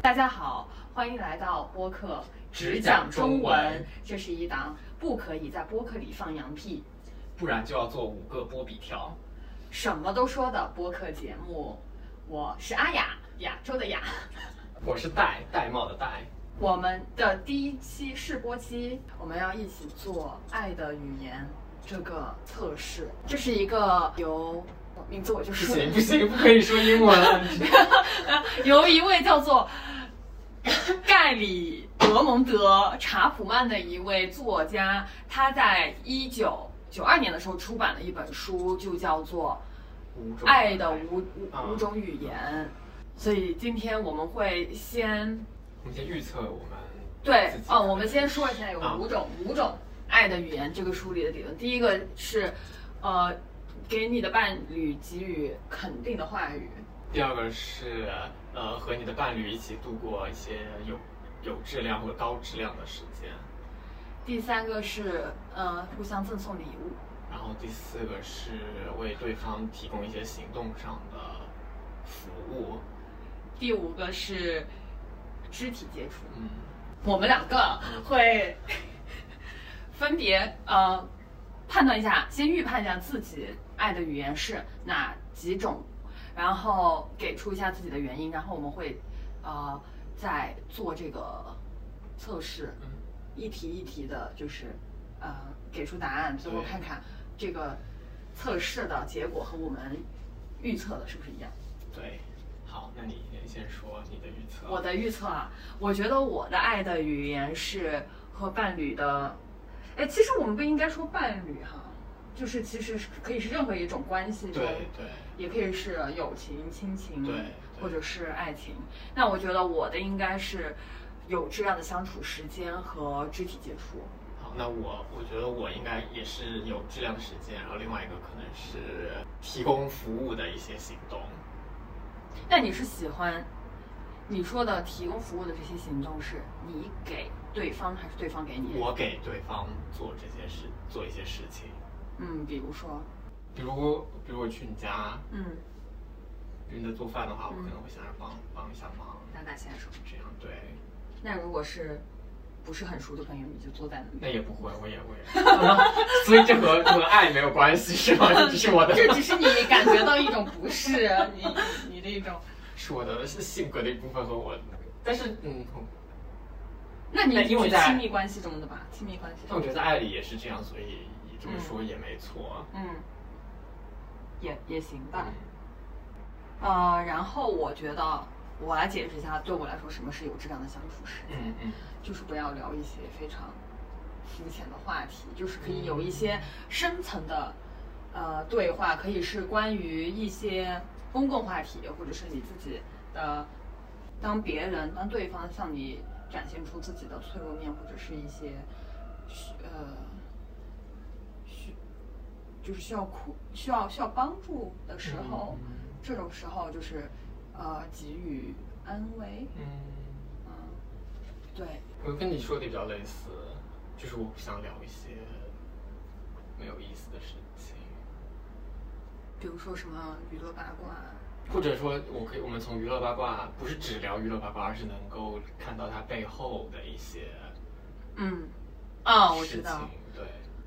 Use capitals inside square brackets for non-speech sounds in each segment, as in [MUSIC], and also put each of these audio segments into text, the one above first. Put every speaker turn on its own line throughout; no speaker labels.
大家好，欢迎来到播客
只讲中文，
这是一档不可以在播客里放羊屁，
不然就要做五个波比条。
什么都说的播客节目。我是阿雅，亚洲的雅。
我是戴戴帽的戴，
我们的第一期试播期，我们要一起做《爱的语言》这个测试，这是一个由名字我就
不
说
行不行，不可以说英文了。你
由一位叫做盖里德蒙德查普曼的一位作家，他在一九九二年的时候出版了一本书，就叫做
五
《
种
爱的五五
啊
五种语言》。所以今天我们会先
我们先预测我们
对
自己
哦，我们先说一下有
啊
五种、五种爱的语言这个书里的理论。第一个是，呃，给你的伴侣给予肯定的话语。
第二个是呃和你的伴侣一起度过一些有有质量或者高质量的时间，
第三个是，呃，互相赠送礼物。
然后第四个是为对方提供一些行动上的服务。
第五个是肢体接触。
嗯，
我们两个会分别呃判断一下，先预判一下自己爱的语言是哪几种，然后给出一下自己的原因，然后我们会呃再做这个测试
嗯，
一题一题的，就是呃给出答案，最后
对
看看这个测试的结果和我们预测的是不是一样。
对。好，那你先说你的预测。
我的预测啊，我觉得我的爱的语言是和伴侣的，哎，其实我们不应该说伴侣哈、就是其实是可以是任何一种关系中，
对对
也可以是友情、亲情，
对对
或者是爱情。那我觉得我的应该是有质量的相处时间和肢体接触。
好，那我我觉得我应该也是有质量的时间，然后另外一个可能是提供服务的一些行动。
那你是喜欢你说的提供服务的这些行动，是你给对方还是对方给你？
我给对方做这些事，做一些事情，
嗯，比如说，
比如比如我去你家，
嗯，
比如你在做饭的话，我
嗯
可能会想着帮帮一下忙，
那大先说。
这样对。
那如果是不是很熟的朋友，你就坐在那
那
里。
也不会，我也我也，所以这和和爱没有关系是吗？这只是我的，
[LAUGHS] 这只是你感觉到一种不适，啊你你的一种。
是我的是性格的一部分和我，但是嗯，
那你
那因为
是
在嗯
亲密关系中的吧？亲密关系
但我
中
觉，得在爱里也是这样，所以这么说也没错。
嗯，也也行吧
嗯。
呃，然后我觉得我来解释一下，对我来说什么是有质量的相处时间。
嗯嗯。
就是不要聊一些非常肤浅的话题，就是可以有一些深层的呃对话，可以是关于一些公共话题，或者是你自己的，当别人当对方向你展现出自己的脆弱面，或者是一些需呃需就是需要哭需要需要帮助的时候，
嗯
这种时候就是呃给予安慰，
嗯，
嗯、对。
我跟你说的比较类似，就是我不想聊一些没有意思的事情，
比如说什么娱乐八卦，啊
或者说，我可以我们从娱乐八卦，不是只聊娱乐八卦，而是能够看到它背后的一些
嗯，啊、我
事
知
情
道，。
对，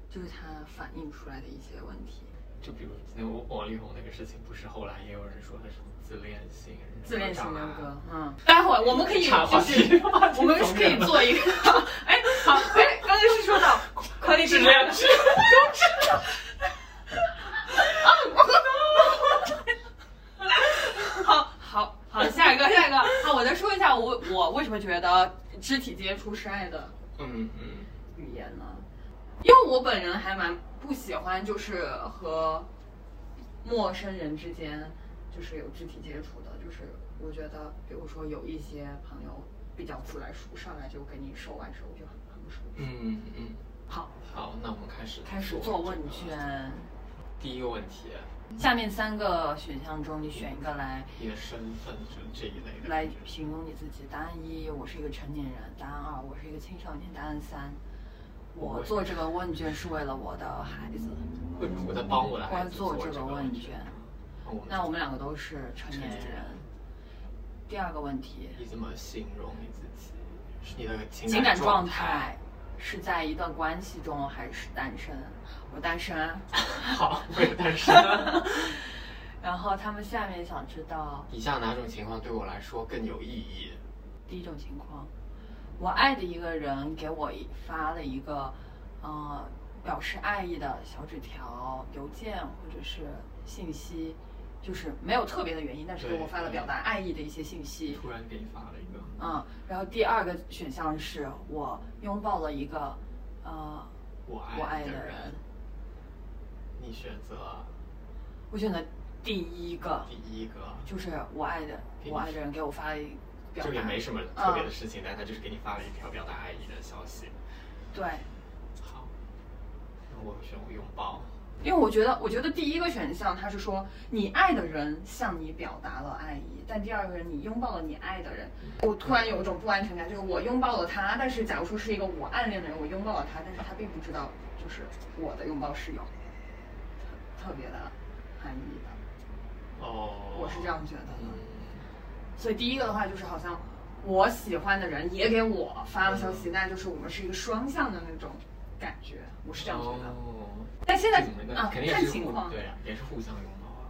就是它反映出来的一些问题。
就比如那个王力宏那个事情，不是后来也有人说他是自恋型人格
自恋型
障
人
碍
格，嗯， [LAUGHS] 待会儿我们可以
岔话
就是
[LAUGHS] 题，话题
我们是可以
走远了
做一个， [LAUGHS] 哎，好，哎，刚刚是说到 quality
是这样，是
好好好，下一个下一个，好，我再说一下我我为什么觉得肢体接触是爱的
嗯嗯
语言呢？因为我本人还蛮不喜欢就是和陌生人之间就是有肢体接触的，就是我觉得，比如说有一些朋友比较自来熟，上来就跟你手挽手就很很不舒服。
嗯嗯，
好，
好，那我们开始
开始
说
做
这
问
个
卷，
第一个问题，
下面三个选项中你选一个来
你的身份这这一类的
来
感觉
形容你自己。答案一，我是一个成年人；答案二，我是一个青少年；答案三，我做这个问卷是为了我的孩子。
会我在帮我的孩
关
子
注这个
这个
问
问
卷
那我们
那我们两个都是成年人，第二个问题，
你怎么形容你自己？是你的情
情感状
态？
态是在一段关系中还是单身？我单身啊。
[LAUGHS]
[LAUGHS]
好，我也单身。 [LAUGHS]
然后他们下面想知道
以下哪种情况对我来说更有意义？
第一种情况，我爱的一个人给我一发了一个，呃，表示爱意的小纸条、邮件或者是信息，就是没有特别的原因，但是给我发了表达爱意的一些信息。
突然给你发了一个，
嗯，然后第二个选项是我拥抱了一个，呃，
我
我
爱
爱
的
的
人，
人。
你选择
我选的第一个
第一个，
就是我爱的，
给你
我爱的人给我发了一表
就也
达，
没什么特别的事情，但他就是给你发了一条表达爱意的消息。
对，
好，那我选我拥抱。
因为我觉得，我觉得第一个选项他是说你爱的人向你表达了爱意，但第二个人你拥抱了你爱的人，我突然有一种不安全感，就是我拥抱了他，但是假如说是一个我暗恋的人，我拥抱了他，但是他并不知道，就是我的拥抱是有特特别的含义的，
哦，
我是这样觉得
嗯。
的。所以第一个的话就是好像我喜欢的人也给我发了消
嗯
息，那就是我们是一个双向的那种感觉，我是这样觉得。
哦，
但现在
你们的
啊，
肯定也
看
是
情
互
况。
对啊，也是互相拥抱啊。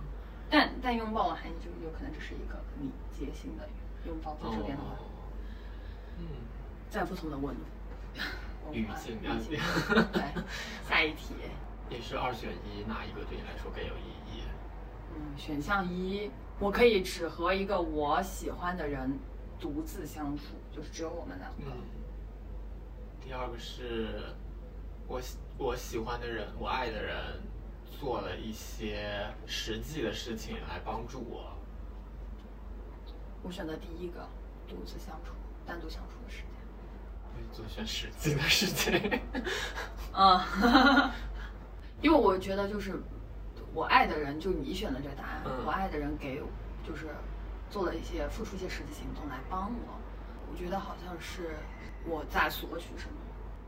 但但拥抱的含义就是有可能只是一个你结心的拥抱，在这边的话，
哦，嗯，
在不同的温度。
语境啊了
语境
解。
对，下一题，
也是二选一，哪一个对你来说更有意义？
嗯，选项一，我可以只和一个我喜欢的人独自相处，就是只有我们两个。
嗯，第二个是我喜我喜欢的人，我爱的人做了一些实际的事情来帮助我。
我选择第一个，独自相处，单独相处的时间。
我就选实际的事 [LAUGHS] 情。啊
嗯， [LAUGHS] 因为我觉得就是我爱的人，就你选的这个答案，
嗯
我爱的人给就是做了一些付出一些实际行动来帮我，我觉得好像是我在索取什么。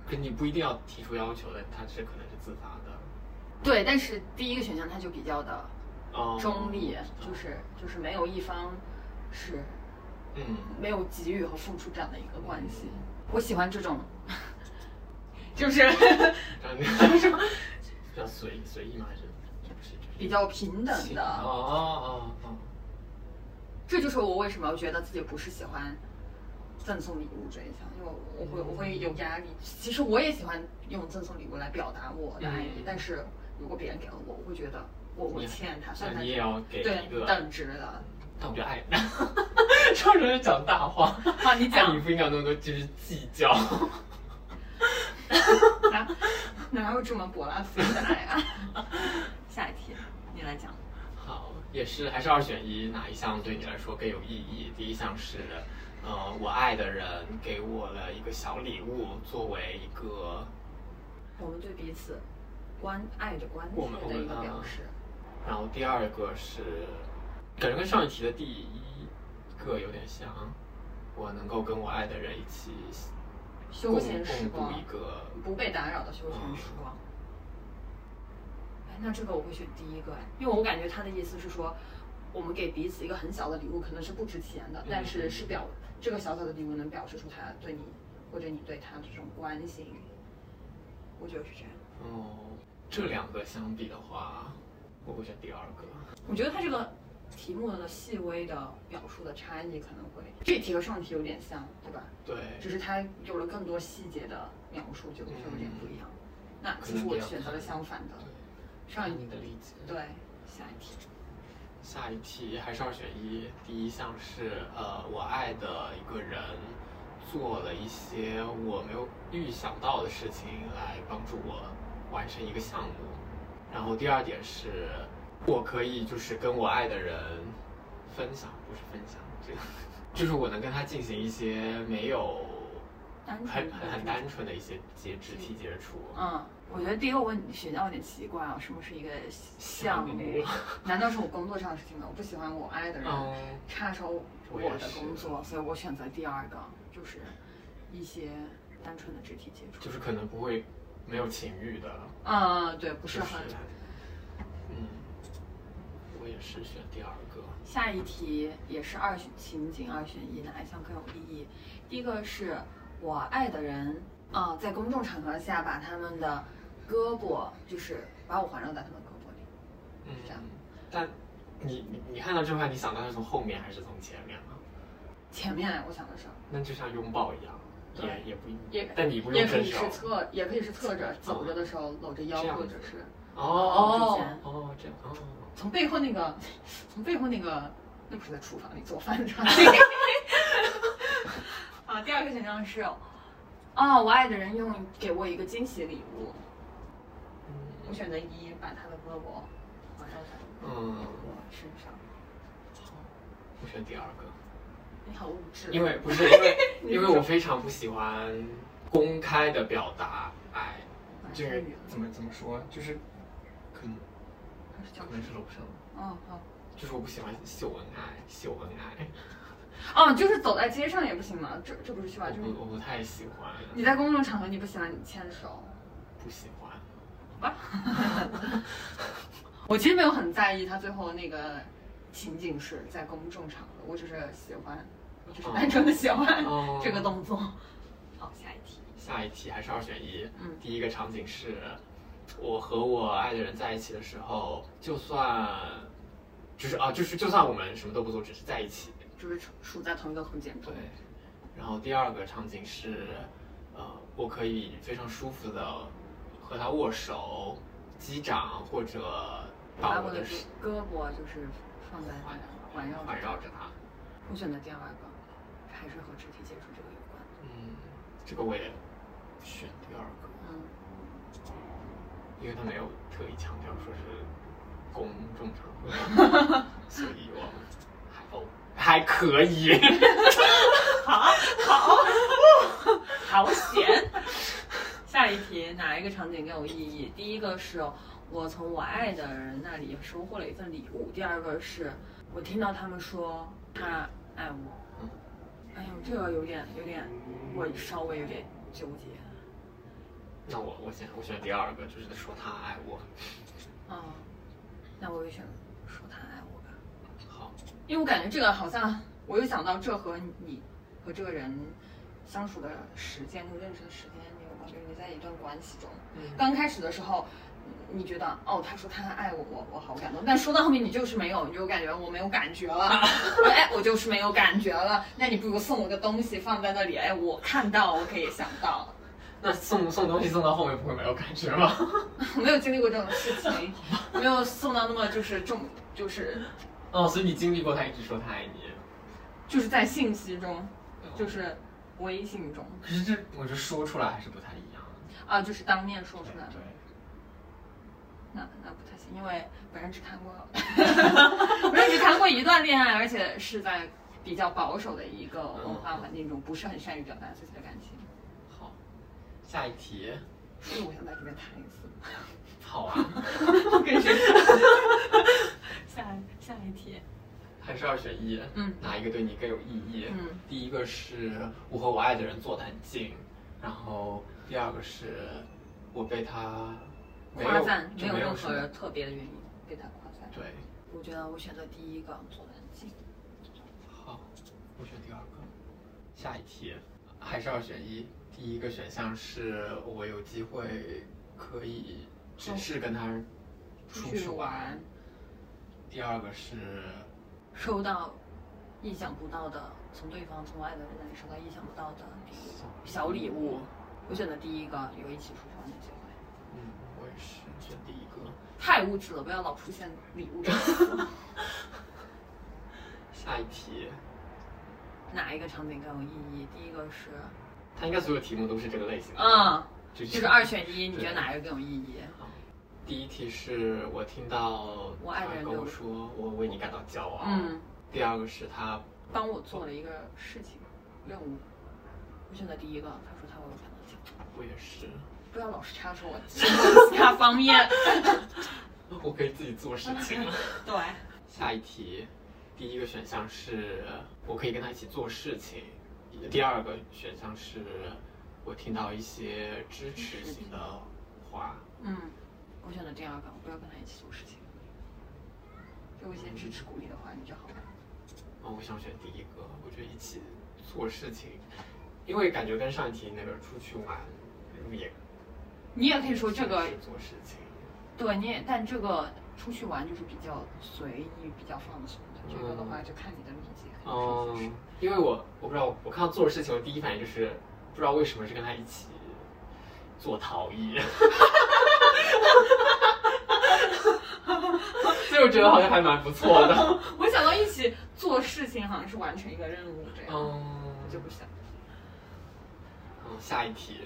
可你不一定要提出要求的，他是可能是自发的。
对，但是第一个选项它就比较的
哦
中立，就是就是没有一方是
嗯，
没有给予和付出这样的一个关系。我喜欢这种， [LAUGHS] 就是
让你比较随意随意吗？还是不是就是
比较平等
性
的。
哦哦哦
这就是我为什么觉得自己不是喜欢赠送礼物这一项，因为我会我会有压力。其实我也喜欢用赠送礼物来表达我的爱意，
嗯
但是如果别人给了我，我会觉得我我
你
欠他，
哦，
算
那
他
你也要给
对
一个
等值的。
但我觉得爱，上人是讲大话，
好， [LAUGHS] 你
爱
讲 [LAUGHS]
你不应该有那么多就是计较。
哪哪有这么柏拉图的爱
[LAUGHS]
啊？下一题，你来讲。
好，也是还是二选一，哪一项对你来说更有意义？第一项是，呃，我爱的人给我了一个小礼物，作为一个
我们对彼此关爱的关
我
注
们
的一个
我们
表
啊
示，
然后第二个是，感觉跟上一题的第一个有点像，我能够跟我爱的人一起
休闲时
共共
光
度一。个，
不被打扰的休闲时光。哎，那这个我会选第一个哎，因为我感觉他的意思是说，我们给彼此一个很小的礼物，可能是不值钱的
嗯，
但是是表这个小小的礼物能表示出他对你或者你对他的这种关心。我觉得是这样。
哦，这两个相比的话，我会选第二个。
我觉得他这个题目的细微的表述的差异可能会，这题和上题有点像，对吧？
对，
只是它有了更多细节的描述，就就有点不一样。那其实我选择了相反的，上一
你的理解。
对，下一题。
下一题还是二选一，第一项是呃，我爱的一个人做了一些我没有预想到的事情来帮助我完成一个项目，然后第二点是我可以就是跟我爱的人分享，不是分享，这个就是我能跟他进行一些没有
单纯
很很很单
纯。
纯的一些接肢体接触。
嗯，我觉得第一个问选项有点奇怪啊，什么是一个项目？难道是我工作上的事情吗？我不喜欢我爱的人
嗯，
插手我
我也
的
是
工作，所以我选择第二个，就是一些单纯的肢体接触。
就是可能不会没有情欲的。
嗯，对，不
不
是很。
嗯，我也是选第二个。
下一题也是二选情景二选一，哪一项更有意义？第一个是我爱的人啊、呃在公众场合下把他们的胳膊，就是把我环绕在他们胳膊里。
嗯
这样，
但你你你看到这块，你想到是从后面还是从前面呢？
前面我想的是，
那就像拥抱一样，
对
也也不一
也
但你不
也
用
可
伸
以
手
是。侧，也可以是侧着走着的时候搂着腰
这，样
或者
子
是
哦
哦
哦哦，这样哦。
从背后那个，从背后那个，那不是在厨房里做饭的。 [LAUGHS] 啊，第二个选项是，哦，我爱的人用给我一个惊喜礼物，我
嗯
选择一，把他的胳膊往上抬，
嗯，
我身上。
我选第二个。
你好物质， [LAUGHS]
因为不是因为因为我非常不喜欢公开的表达爱，
啊
这个怎么怎么说，就是可能
还是叫
可能是楼上，
哦好
就是我不喜欢秀恩爱，秀恩爱，
哦，就是走在街上也不行吗？这这不是去吧？就
我
是
不我不太喜欢，
你在公众场合你不喜欢你牵手，
不喜欢，
[LAUGHS] 我其实没有很在意他最后那个情景是在公众场合，我只是喜欢，就是单纯的喜欢
哦
[LAUGHS] 这个动作。好，下一题。
下一题还是二选一。
嗯
第一个场景是我和我爱的人在一起的时候，就算就是啊，就是就算我们什么都不做，只是在一起。
就是处在同一个空间
对
中。，
然后第二个场景是，呃，我可以非常舒服的和他握手、击掌或者把
把
我
我的
的
胳
手
胳膊就是放在
环
环绕
环
着。
绕着他。
我选择第二个，还是和肢体接触这个有关。
嗯，这个我也选第二个，
嗯，
因为他没有特意强调说是公众场合，所以我还哦还可以。 [LAUGHS]
好，好，好险。下一题，哪一个场景更有意义？第一个是我从我爱的人那里收获了一份礼物，第二个是我听到他们说他爱我
嗯。
哎呦，这个有点有点，我稍微有点纠结。
那我我选我选第二个，就是说他爱我。
嗯，那我也选说他爱我吧，
好，
因为我感觉这个好像我又想到这和你和这个人相处的时间，就认识的时间有关，就是你在一段关系中。
嗯
刚开始的时候，你觉得哦，他说他爱我，我我好感动。但说到后面，你就是没有，你就感觉我没有感觉了，我哎，我就是没有感觉了。那你不如送我个东西放在那里，哎，我看到，我可以想到， [LAUGHS]
那送送东西送到后面不会没有感觉吗？ [LAUGHS]
我没有经历过这种事情，没有送到那么就是重，就是
哦，所以你经历过他一直说他爱你，
就是在信息中，就是微信中
可是这我觉得说出来还是不太一样。
啊，就是当面说
对
出来，
对，
那那不太行，因为本人只谈 [LAUGHS] 过，本人只谈过一段恋爱，而且是在比较保守的一个文化环境中，不是很善于表达自己的感情。
好，下一题，
所以我想再给他谈一 [LAUGHS] 次。
好啊，
我跟 [LAUGHS] 谁？下下一题。
还是二选一，
嗯
哪一个对你更有意义？
嗯，
第一个是我和我爱的人坐得很近，然后第二个是我被他没有
夸赞没
就
有
没
任
有什
何
么
特别的原因被他夸赞。
对，
我觉得我选择第一个做的很近。
好，我选第二个。下一题还是二选一，第一个选项是我有机会可以只是跟他出去玩，第二个是
收到意想不到的，从对方从爱的人那里收到意想不到的礼物。小礼物。我选的第一个有一起出去玩的机会。
嗯，我也是选第一个。
太物质了，不要老出现礼物这个词。
下一题，
[LAUGHS] 哪一个场景更有意义？第一个是，
它应该所有题目都是这个类型的。，
[LAUGHS] 嗯，
就
就是二选一，你
对
觉得哪一个更有意义？
第一题是我听到
我爱的
他
人
跟我
都
说我为你感到骄傲。。
嗯，
第二个是他
帮我做了一个事情任务，我选择第一个。他说他为我感到骄傲，
我也是， [LAUGHS]
不要老是插手我 [LAUGHS] 其他方面。
我可以自己做事
[LAUGHS]
情。
对，
下一题，第一个选项是我可以跟他一起做事情，第二个选项是我听到一些支持性的话。
嗯，我选择第二个，我不要跟他一起做事情。给我一些支持鼓励的话，你就好了。
嗯，我想选第一个，我觉得一起做事情，因为感觉跟上一题那个出去玩也
你也可以说这个
也是做事情，
对，你也，但这个出去玩就是比较随意、比较放松的。这个的话，就看你的理解，看你是 [LAUGHS]
嗯，因为我我不知道，我看到做的事情，我第一反应就是不知道为什么是跟他一起做陶艺， [LAUGHS] 所以我觉得好像还蛮不错的。
[LAUGHS] 我想到一起做事情，好像是完成一个任务这样，
嗯
我就不想。
嗯，下一题，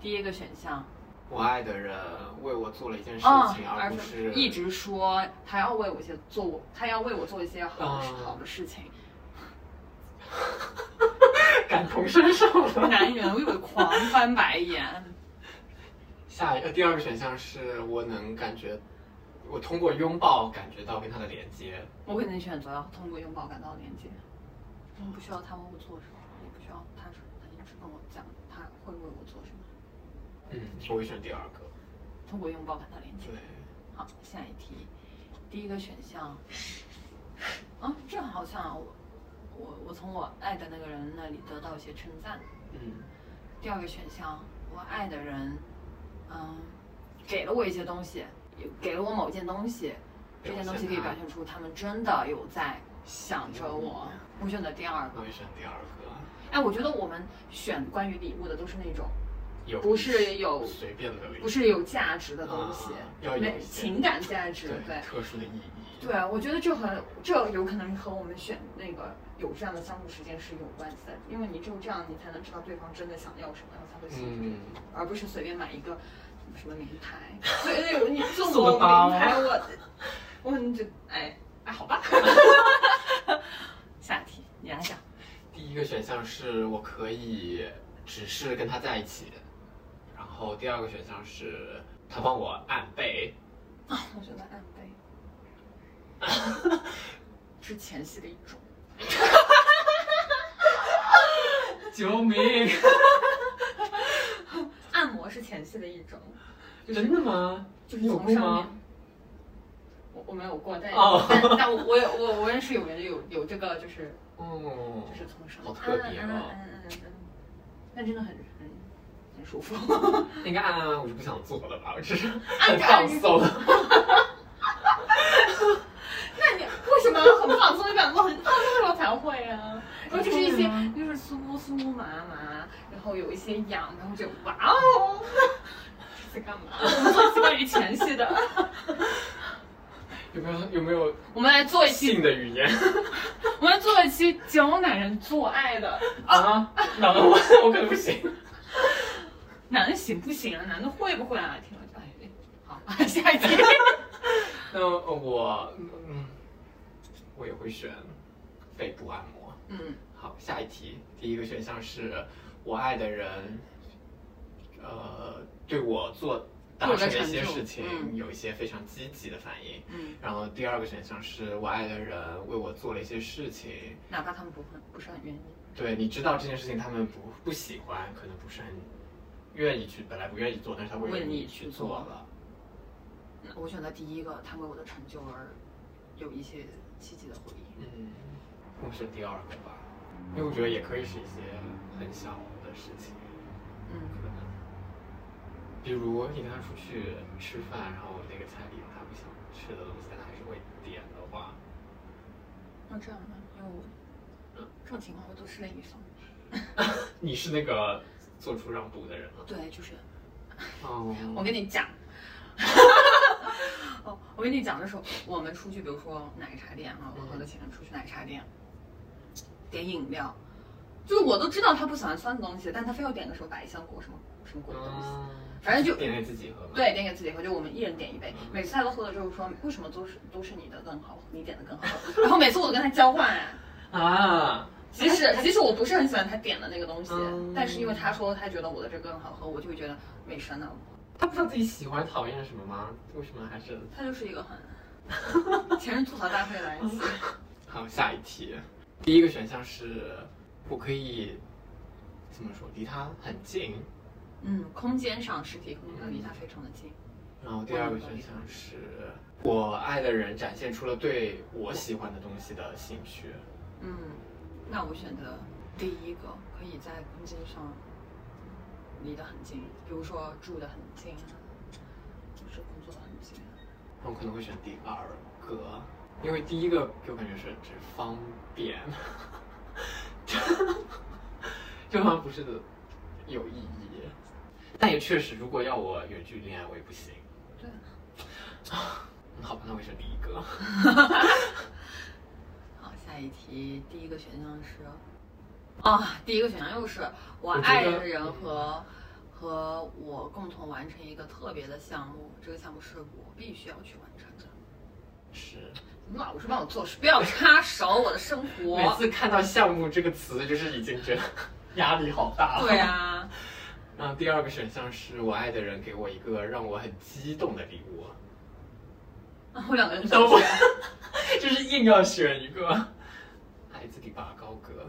第一个选项，
我爱的人为我做了一件事
嗯
情，，
而
不是
一直说他要为我一些做我，他要为我做一些好的、
嗯
好的事情。
[LAUGHS]
[LAUGHS]
感同身受了。
男人，我以为狂翻白眼。
[LAUGHS] 下一呃个第二个选项是我能感觉，我通过拥抱感觉到跟他的连接。
[LAUGHS] 我肯定选择通过拥抱感到连接，我不需要他为我做什么，也不需要他说他一直跟我讲他会为我做什么，
嗯，我会选第二个。
通过拥抱感到连接
对。，
好，下一题，第一个选项，啊，这好像我我我从我爱的那个人那里得到一些称赞。
嗯
第二个选项，我爱的人，嗯，给了我一些东西，也给了我某件东西，这件东西可以表现出他们真的有在想着
嗯
我。我选择第二个。
我会选第二个。
哎，我觉得我们选关于礼物的都是那种
有
不是有
随便的礼物，
不是有价值的东西
啊，要有
没
一些
情感价值，对
对。特殊的意义。
对，啊我觉得这很，这有可能和我们选那个有这样的相处时间是有关系的，因为你只有这样，你才能知道对方真的想要什么，然后才会喜欢这个
嗯，
而不是随便买一个什么名牌。对对，有你送
送
我
个包
名牌，我我你就哎哎好吧。 [LAUGHS] 下题，你来讲。
第一个选项是我可以只是跟他在一起，然后第二个选项是他帮我按背，
我觉得暗杯 [LAUGHS] 是前戏的一种。
救 [LAUGHS] 命！
按摩是前戏的一种，就是
真的吗？
就是
你有
从
过
上面
吗？。
我我没有过，但、
哦
[LAUGHS] 但但我我有我我认识有人有有这个就是
哦
就是从上
好
面，
特别
嗯嗯
哦
嗯嗯嗯嗯，但真的很很很舒服，
那个按按按我就不想做了吧，我只是
按
很
着
放
按着
松。
[LAUGHS] 那你为什么很放松？你感觉很放松的时候才会啊？然后就是一些
对啊
就是酥酥麻麻，然后有一些痒，然后就哇哦，这是干 [LAUGHS] 嘛？我们做一期关于前戏的， [LAUGHS]
有没有有没有
我们来做一期，
性的语言
我们来做一期教男人做爱的，
啊？那我我可能不行。
男的行不行啊？男的会不会啊？听了就哎，好， [LAUGHS] 下一题。
那呃我嗯，我也会选背部按摩。
嗯，
好，下一题，第一个选项是我爱的人，呃，对我做达成的一些事情
做了成就嗯
有一些非常积极的反应。
嗯，
然后第二个选项是我爱的人为我做了一些事情，
哪怕他们不很不是很愿意，
对你知道这件事情他们不不喜欢，可能不是很愿意去，本来不愿意做，但是他
为
为
你
你
去
去
做
做了。
那我选择第一个，他为我的成就而有一些积极的回应。
嗯，我选第二个吧，因为我觉得也可以是一些很小的事情。
嗯，
可能，比如你跟他出去吃饭，然后那个菜里有他不想吃的东西，但他还是会点的话，
那这样吧，因为我呃这种情况我都是在预防。
你是那个做出让步的人了。
对，就是
哦，
我跟你讲， [LAUGHS] 哦，我跟你讲的时候，我们出去，比如说奶茶店啊，我和的情人出去奶茶店，点饮料，就是我都知道他不喜欢酸的东西，但他非要点个什么百香果什么什么果的东
嗯
西，反正就
啊点给自己喝嘛。，
对，点给自己喝，就我们一人点一杯。每次他都喝了之后说，为什么都是都是你的更好，你点的更好喝？然后每次我都跟他交换、哎
啊，
即使即使我不是很喜欢他点的那个东西，
嗯
但是因为他说他觉得我的这个更好喝，我就会觉得啊没事呢。
他不知道自己喜欢讨厌什么吗？为什么还是？
他就是一个很前任吐槽大会来一次，
好，下一题，第一个选项是我可以怎么说，离他很近，
嗯，空间上实体空间离他非常的近，
然后第二个选项是我爱的人展现出了对我喜欢的东西的兴趣。
嗯，那我选择第一个，可以在空间上离得很近，比如说住得很近，就是工作得很近。
我可能会选第二个，因为第一个给我感觉是只方便， [LAUGHS] 这好像不是有意义。但也确实，如果要我远距离恋爱，我也不行。
对啊，
[LAUGHS] 好吧，那我选第一个。
好，下一题，第一个选项是，啊，第一个选项又是我
我觉
爱
得
的人和和我共同完成一个特别的项目，这个项目是我必须要去完成的。
是，
你老是帮我做事，不要插手我的生
每
活。
次看到“项目”这个词，就是已经觉得压力好大。
对。啊，
然后第二个选项是我爱的人给我一个让我很激动的礼物， [LAUGHS]
啊我两个人
都
都
不，就是硬要选一个。 [LAUGHS] 孩子里拔高歌，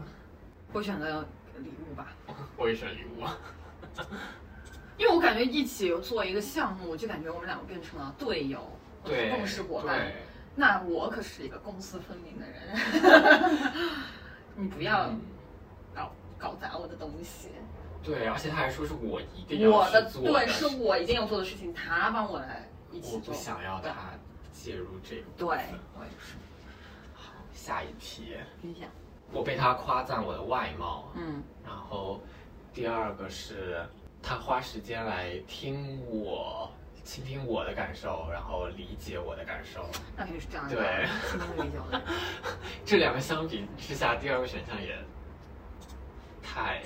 我选择礼物吧，
[LAUGHS] 我也选礼物。
因为我感觉一起做一个项目，就感觉我们两个变成了队友，或者
对，
是共事伙伴。
对
那我可是一个公私分明的
[LAUGHS]
人，你不要
嗯
搞搞砸我的东西。
对，而且他还说是我一定要
我的
去做
对，
但
是我一定要做的事情，他帮我来一起
我不
做。
想要他介入这个。
对，我也是。
下一题，
你想，
我被他夸赞我的外貌，
嗯
然后第二个是他花时间来听我。倾听我的感受，然后理解我的感受，
那肯定是这样的。
对，
心灵理解我的 [LAUGHS] 人。
这两个相比之下，第二个选项也太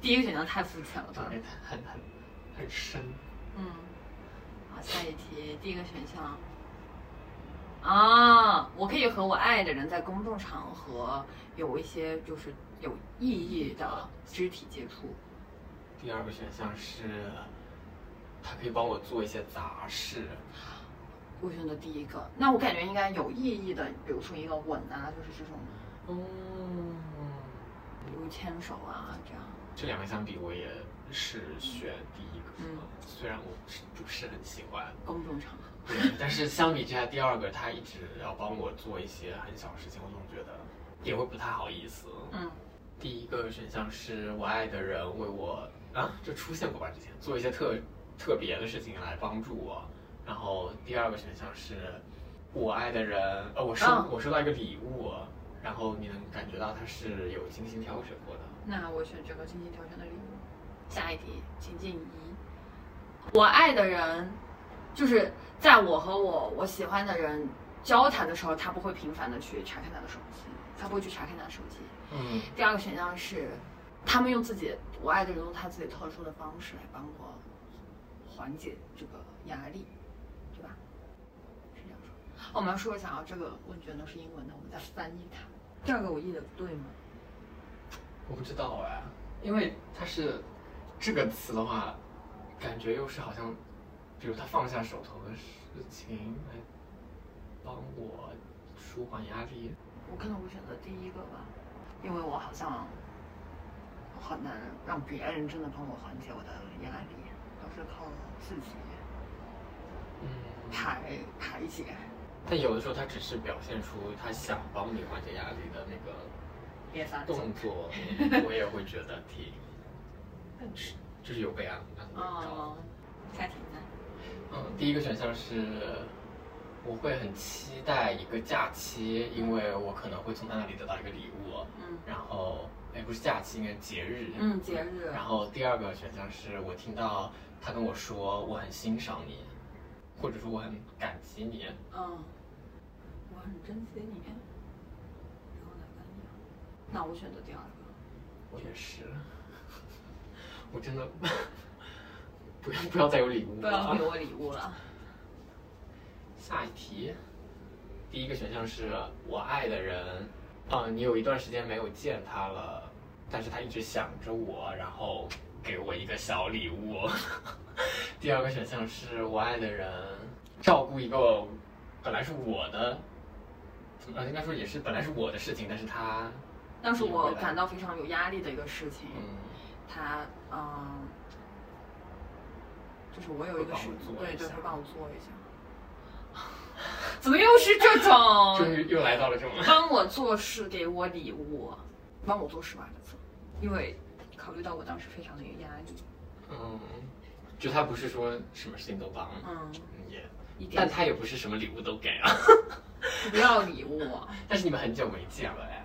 第一个选项太肤浅了吧？
对，很很很深。
嗯，好，下一题，第一个选项。啊，我可以和我爱的人在公众场合有一些就是有意义的肢体接触。
第二个选项是，他可以帮我做一些杂事，
我选择第一个，那我感觉应该有意义的，比如说一个吻啊，就是这种，
嗯，
比如牵手啊这样。
这两个相比，我也是选第一个，
嗯
虽然我不是不是很喜欢，
公众场合，
对，但是相比之下，第二个他一直要帮我做一些很小的事情，我总觉得也会不太好意思。
嗯，
第一个选项是我爱的人为我啊，这出现过吧？之前做一些特特别的事情来帮助我。然后第二个选项是我爱的人，呃，我收、
嗯
我收到一个礼物，然后你能感觉到它是有精心挑选过的。
那我选这个精心挑选的礼物。下一题，请进一。我爱的人，就是在我和我我喜欢的人交谈的时候，他不会频繁的去查看他的手机，他不会去查看他的手机。
嗯，
第二个选项是，他们用自己我爱的人用他自己特殊的方式来帮我缓解这个压力，对吧？是这样说。哦我们要说一下啊，这个问卷呢是英文的，我们在翻译它。第二个我译的对吗？
我不知道哎，因为它是这个词的话，感觉又是好像，比如他放下手头的事情来帮我舒缓压力。
我可能会选择第一个吧，因为我好像很难让别人真的帮我缓解我的压力，都是靠自己
嗯，
排排解。
但有的时候他只是表现出他想帮你缓解压力的那个
别发
动作，
[LAUGHS]
我也会觉得挺，就是有被安慰到。
哦，下题呢？
嗯，第一个选项是，我会很期待一个假期，因为我可能会从他那里得到一个礼物，
嗯
然后哎不是假期，应该是节日。
嗯，节日
然后第二个选项是我听到他跟我说我很欣赏你，或者说我很感激你。
嗯，我很珍惜你。然后哪个你？那我选择第二个。
我也是， [LAUGHS] 我真的 [LAUGHS] 不要不要再有礼物
不要
了
给。我礼物 [LAUGHS] 了。
下一题，第一个选项是我爱的人，啊、你有一段时间没有见他了，但是他一直想着我，然后给我一个小礼物。 [LAUGHS] 第二个选项是我爱的人照顾一个本来是我的，呃，应该说也是本来是我的事情，但是他，嗯
但是
你
我
回来
感到非常嗯有压力的一个事情。
嗯，
他嗯，
就是我有一个
会
事
帮我，做
对
一
对，
下
会帮我做一下。
[LAUGHS] 怎么又是这
[LAUGHS] 终
种？
于又来到了这种，
帮我做事，给我礼物，帮我做事吧，这次，因为考虑到我当时非常的有压力，
嗯，就他不是说什么事情都帮，
嗯，
也，
一点
但他也不是什么礼物都给啊。 [LAUGHS]
不要礼物，
但是你们很久没见了呀，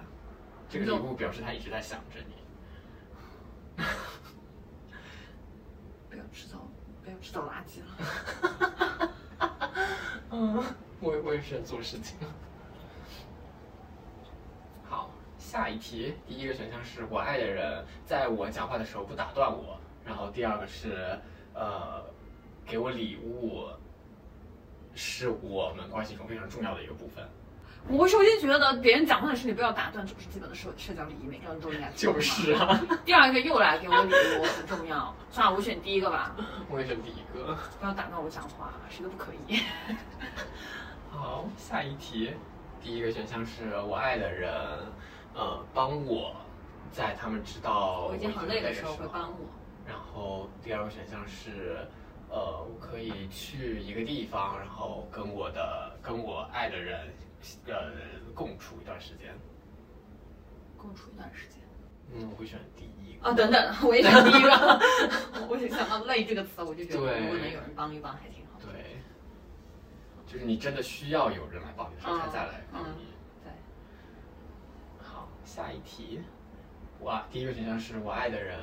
这个礼物表示他一直在想着你。
[LAUGHS] 不要制造，不要制造垃圾了。
嗯，我我也是在做事情。 [LAUGHS] 好，下一题，第一个选项是我爱的人在我讲话的时候不打断我，然后第二个是呃，给我礼物，是我们关系中非常重要的一个部分。
我首先觉得别人讲话的时候你不要打断，这不是基本的社社交礼仪，每个人都应该做的
就
嘛
是啊， [LAUGHS]
第二个又来给我礼物，很重要。算了，我选第一个吧，
我也是第一个。
不要打断我讲话，谁都不可以。
好，下一题，第一个选项是我爱的人，呃，帮我，在他们知道
哦我已经很累的时候会帮我。
然后第二个选项是，呃，我可以去一个地方，然后跟我的跟我爱的人，呃，共处一段时间。
共处一段时间。
嗯，我会选第一个。
啊，等等，我也选第一个。 [LAUGHS] 我只想到“累”这个词，我就觉得
对
如果能有人帮一帮还挺好。
对，就是你真的需要有人来帮你的时候，
嗯
他再来帮你。
对，
好，下一题。哇，第一个选项是我爱的人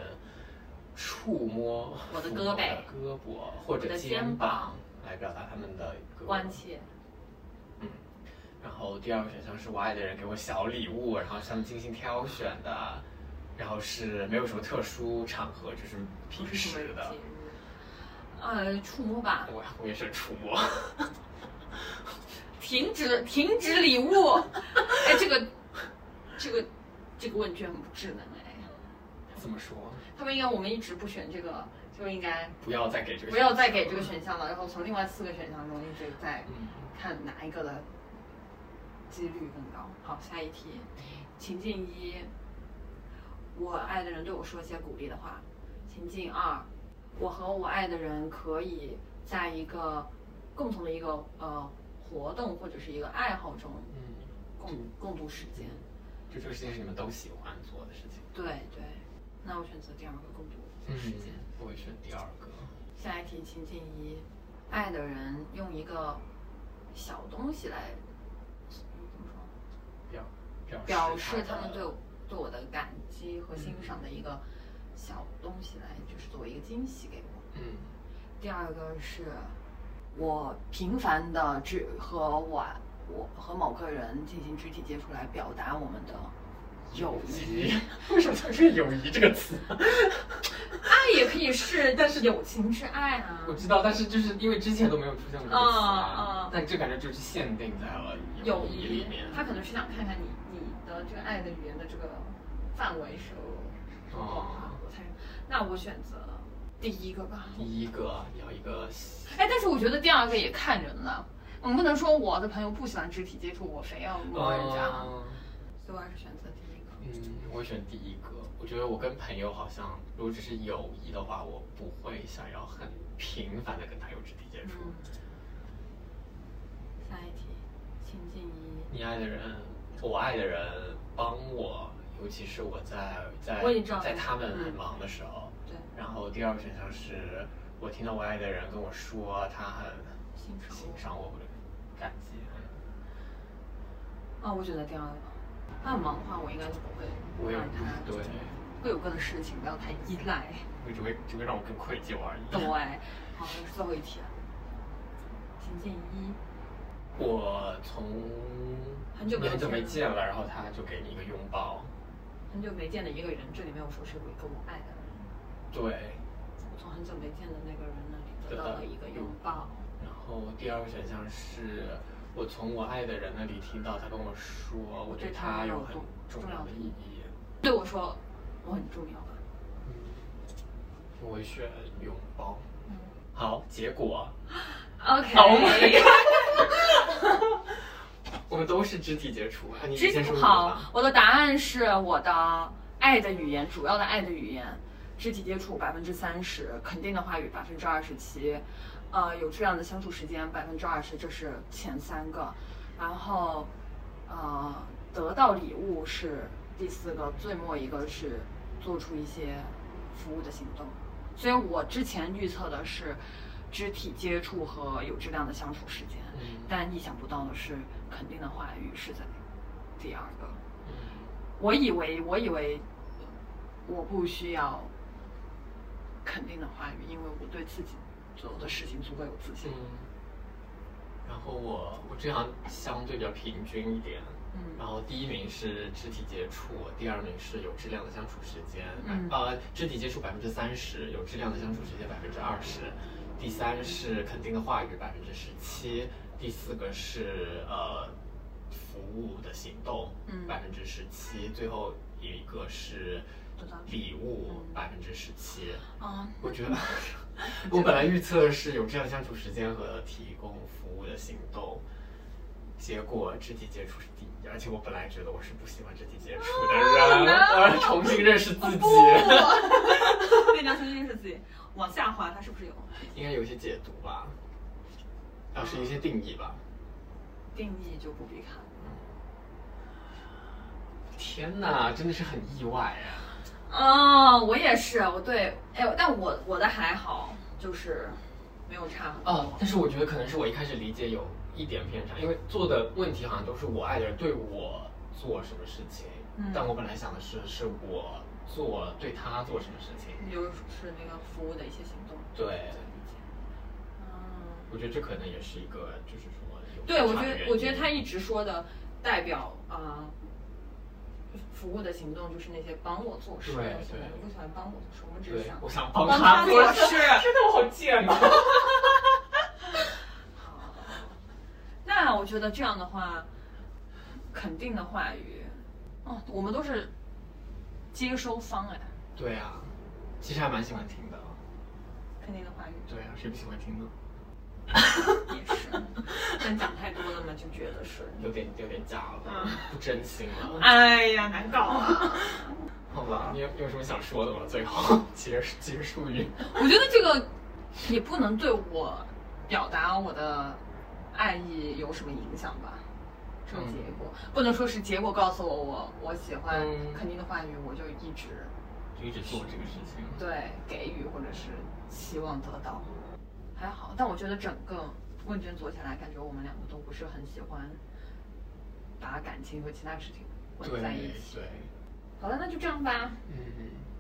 触摸
我的
抚
胳
摸
膊
胳膊或
我
者
的
肩
肩
膀
膀
来表达他们的一个
关切。
然后第二个选项是我爱的人给我小礼物，然后是他们精心挑选的，然后是没有什么特殊场合，就是平
不是什
时
么
的
节。日。呃，触摸吧，
我我也是触摸，
停止，停止礼 [LAUGHS] 物。哎，这个，这个，这个问卷很不智能哎。
怎么说？
他们应该，我们一直不选这个，就应该
不要再给这个，
不要再给这个。选项了，然后从另外四个选项中一直在
嗯，
看哪一个的几率更高。好，下一题，情境一，我爱的人对我说一些鼓励的话。情境二，我和我爱的人可以在一个共同的一个呃活动或者是一个爱好中
嗯，
共共度时间。
就这个事情是你们都喜欢做的事情。
对对，那我选择第二个共度时间。，
我会选第二个。
下一题情境一，爱的人用一个小东西来，嗯怎么说？
表表
表示
示
他
的
们对我对我的感激和欣赏的一个小东西来，就是作为一个惊喜给我。
嗯
第二个是，我频繁的肢和我我和某个人进行肢体接触来表达我们的友谊，
谊。为什么它是友谊这个词？
[LAUGHS]
啊
爱也可以是，但是友情之爱啊。
我知道，但是就是因为之前都没有出现过这个
嗯
词啊
嗯，
但这感觉就是限定在了
友
谊
谊
里面。
他可能是想看看你你的这个爱的语言的这个范围是有多广啊
哦。
我猜，那我选择第一个吧。
第一个要一个
哎，但是我觉得第二个也看人了，我们不能说我的朋友不喜欢肢体接触，我非要摸人家，
嗯
所以我还是选择第一个。
嗯，我选第一个。我觉得我跟朋友好像，如果只是友谊的话，我不会想要很频繁的跟他有肢体接触。
嗯。下一题，情境一，
你爱的人，我爱的人帮我，尤其是我在在
我也知道嗯
在他们很忙的时候。
对，
然后第二个选项是我听到我爱的人跟我说他很
欣赏
欣赏我，我的感激。
啊、我选择第二个。那忙的话，我应该就不会
我也
让
不
他啊
对，
各有各的事情，不要太依
[LAUGHS]
赖。
我只会只会让我更愧疚而已。
对，好，这是最后一题了。情境一，
我从
很久没有
很久没
见
见了，然后他就给你一个拥抱，
很久没见的一个人，这里面我说是我一个我爱的人，
对。
我从很久没见的那个人那里得
得到
到
了
了一个拥抱。
然后第二个选项是我从我爱的人那里听到他跟我说，我对他有很重要的意义。
对我说，我很重要吧。
嗯，我会选拥抱。
嗯
好，结果
OK，、
Oh my 我们都是肢体接触啊。你
知
先说你的
好
吧，
我的答案是我的爱的语言，主要的爱的语言肢体接触百分之三十，肯定的话语百分之二十七，呃，有质量的相处时间百分之二十，这是前三个，然后呃，得到礼物是第四个，最末一个是做出一些服务的行动。所以我之前预测的是肢体接触和有质量的相处时间，
嗯
但意想不到的是，肯定的话语是在第二个。
嗯
我以为我以为我不需要肯定的话语，因为我对自己做的事情足够有自信
嗯。。然后我我这样相对比较平均一点，
嗯
然后第一名是肢体接触，第二名是有质量的相处时间，
嗯
呃，肢体接触百分之三十，有质量的相处时间百分之二十，第三是肯定的话语百分之十七，第四个是呃服务的行动
嗯
百分之十七，最后一个是
得到
礼物
嗯
百分之十七。
啊，
我觉得我本来预测是有这样相处时间和提供服务的行动，结果肢体接触是第一，而且我本来觉得我是不喜欢肢体接触的人，
no
我要重新认识 [LAUGHS] 自己，
对，你要重新认识自己，往下滑，它是不是有
应该有一些解读吧，啊，是一些定义吧。
定义就不必看了。
天哪，真的是很意外啊！
啊、我也是，我对，哎，但我我的还好，就是没有差很多。
哦，但是我觉得可能是我一开始理解有一点偏差，因为做的问题好像都是我爱的人对我做什么事情，
嗯
但我本来想的是是我做对他做什么事情。
你就是那个服务的一些行动。
对，
嗯，
我觉得这可能也是一个，就是说有
对，我
差
觉
的
得
原
我觉得
因
他一直说的代表啊、服务的行动就是那些帮我做事的
对
行动。
对
我不喜欢帮我做事，我们只
对
是想，
我想帮
帮
他
他
做
做
事，
事
真的我好贱啊呐！
[LAUGHS] 好。那我觉得这样的话，肯定的话语，哦，我们都是接收方哎，
对啊，其实还蛮喜欢听的。啊
肯定的话语。
对啊，谁不喜欢听呢？
也是，但讲太多了嘛，就觉得是。
有点有点假了，
啊
不真心了。
哎呀，难搞啊！
好吧，你有有什么想说的吗？最后 [LAUGHS] 结束结束语。
[LAUGHS] 我觉得这个也不能对我表达我的爱意有什么影响吧。这种结果、不能说是结果告诉我我我喜欢
嗯
肯定的话语，我就一直
就一直做这个事情。
对给予或者是希望得到。还好，但我觉得整个问卷做下来，感觉我们两个都不是很喜欢把感情和其他事情混在一起。
对，
好了，那就这样吧。
嗯。